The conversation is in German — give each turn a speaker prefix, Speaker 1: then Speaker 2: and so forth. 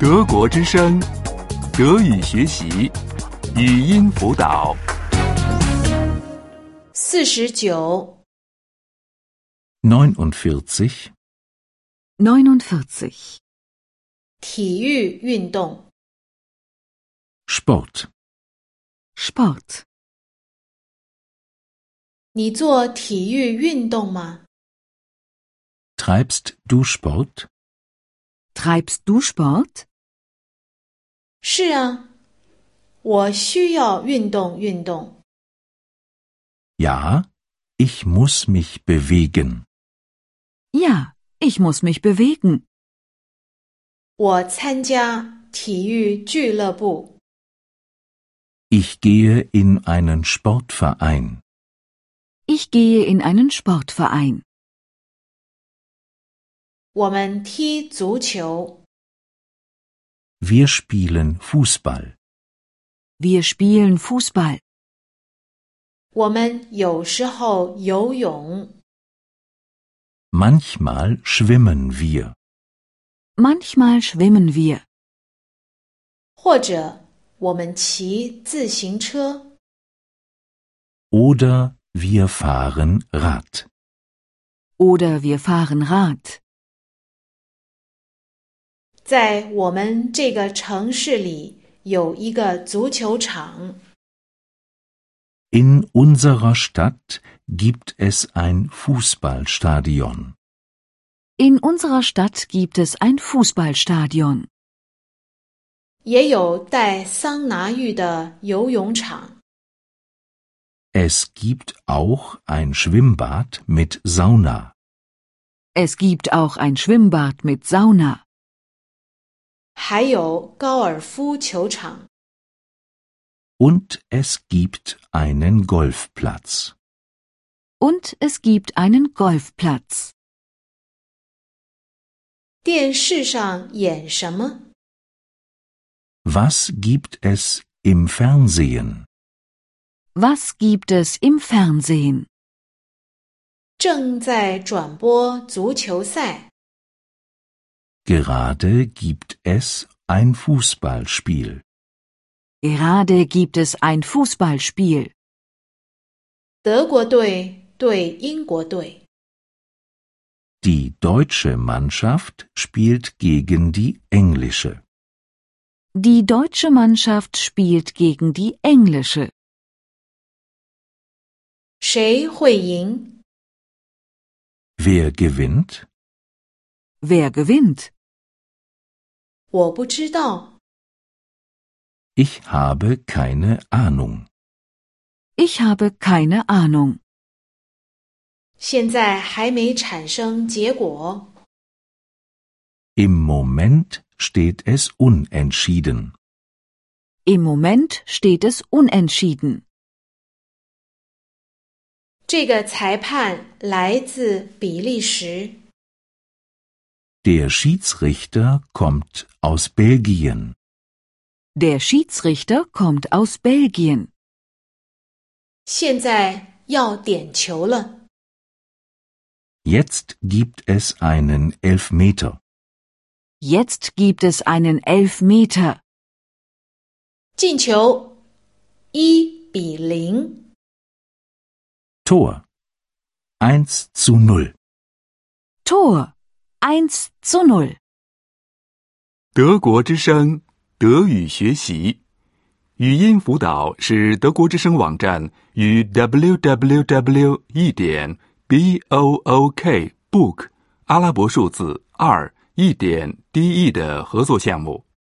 Speaker 1: 德国之声，德语学习，语音辅导。
Speaker 2: 四十九，
Speaker 3: 49.
Speaker 4: 49.
Speaker 2: 体育运动，
Speaker 3: Sport.
Speaker 4: Sport.
Speaker 2: 你做体育运动吗？
Speaker 3: Treibst du Sport?
Speaker 4: Treibst du Sport?
Speaker 2: 是啊，我需要运动运动。
Speaker 3: Ja, ich muss mich bewegen.
Speaker 4: Ja, ich muss mich bewegen.
Speaker 2: 我参加体育俱乐部，
Speaker 3: Ich gehe in einen Sportverein.
Speaker 4: Ich gehe in einen Sportverein.
Speaker 2: 我们踢足球。
Speaker 3: Wir spielen Fußball.
Speaker 4: Wir spielen Fußball.
Speaker 2: 我们有时候游泳，
Speaker 3: Manchmal schwimmen wir.
Speaker 4: Manchmal schwimmen wir.
Speaker 2: 或者我们骑自行车。
Speaker 3: Oder wir fahren Rad.
Speaker 4: Oder wir fahren Rad.
Speaker 2: 在我们这个城市里有一个足球场，
Speaker 3: In unserer Stadt gibt es ein Fußballstadion.
Speaker 4: In unserer Stadt gibt es ein Fußballstadion.
Speaker 2: 也有带桑拿浴的游泳场。
Speaker 3: Es gibt auch ein Schwimmbad mit Sauna.
Speaker 4: Es gibt auch ein Schwimmbad mit Sauna.
Speaker 2: 还有高尔夫球场，
Speaker 3: Und es gibt einen Golfplatz.
Speaker 4: Und es gibt einen Golfplatz.
Speaker 2: 电视上演什么？
Speaker 3: Was gibt es im Fernsehen?
Speaker 4: Was gibt es im Fernsehen?
Speaker 2: 正在转播足球赛，
Speaker 3: Gerade gibt es ein Fußballspiel.
Speaker 4: Gerade gibt es ein Fußballspiel.
Speaker 2: 德国队对英国队，
Speaker 3: Die deutsche Mannschaft spielt gegen die englische.
Speaker 4: Die deutsche Mannschaft spielt gegen die englische.
Speaker 2: 谁会赢？
Speaker 3: Wer gewinnt?
Speaker 4: Wer gewinnt?
Speaker 2: 我不知道，
Speaker 3: Ich habe keine Ahnung.
Speaker 4: Ich habe keine Ahnung.
Speaker 2: 现在还没产生结果。
Speaker 3: Im Moment steht es unentschieden.
Speaker 4: Im Moment steht es unentschieden.
Speaker 2: 这个裁判来自比利时，
Speaker 3: Der Schiedsrichter kommt aus Belgien.
Speaker 4: Der Schiedsrichter kommt aus Belgien.
Speaker 2: 现在要点球了。
Speaker 3: Jetzt gibt es einen Elfmeter.
Speaker 4: Jetzt gibt es einen Elfmeter.
Speaker 2: 进球，一比零。
Speaker 3: Tor. 1 zu 0.
Speaker 4: Tor. 1 zu 0.
Speaker 1: 德国之声，德语学习，语音辅导是德国之声网站与 www. 一点 b o o k book 阿拉伯数字二一点 d e 的合作项目。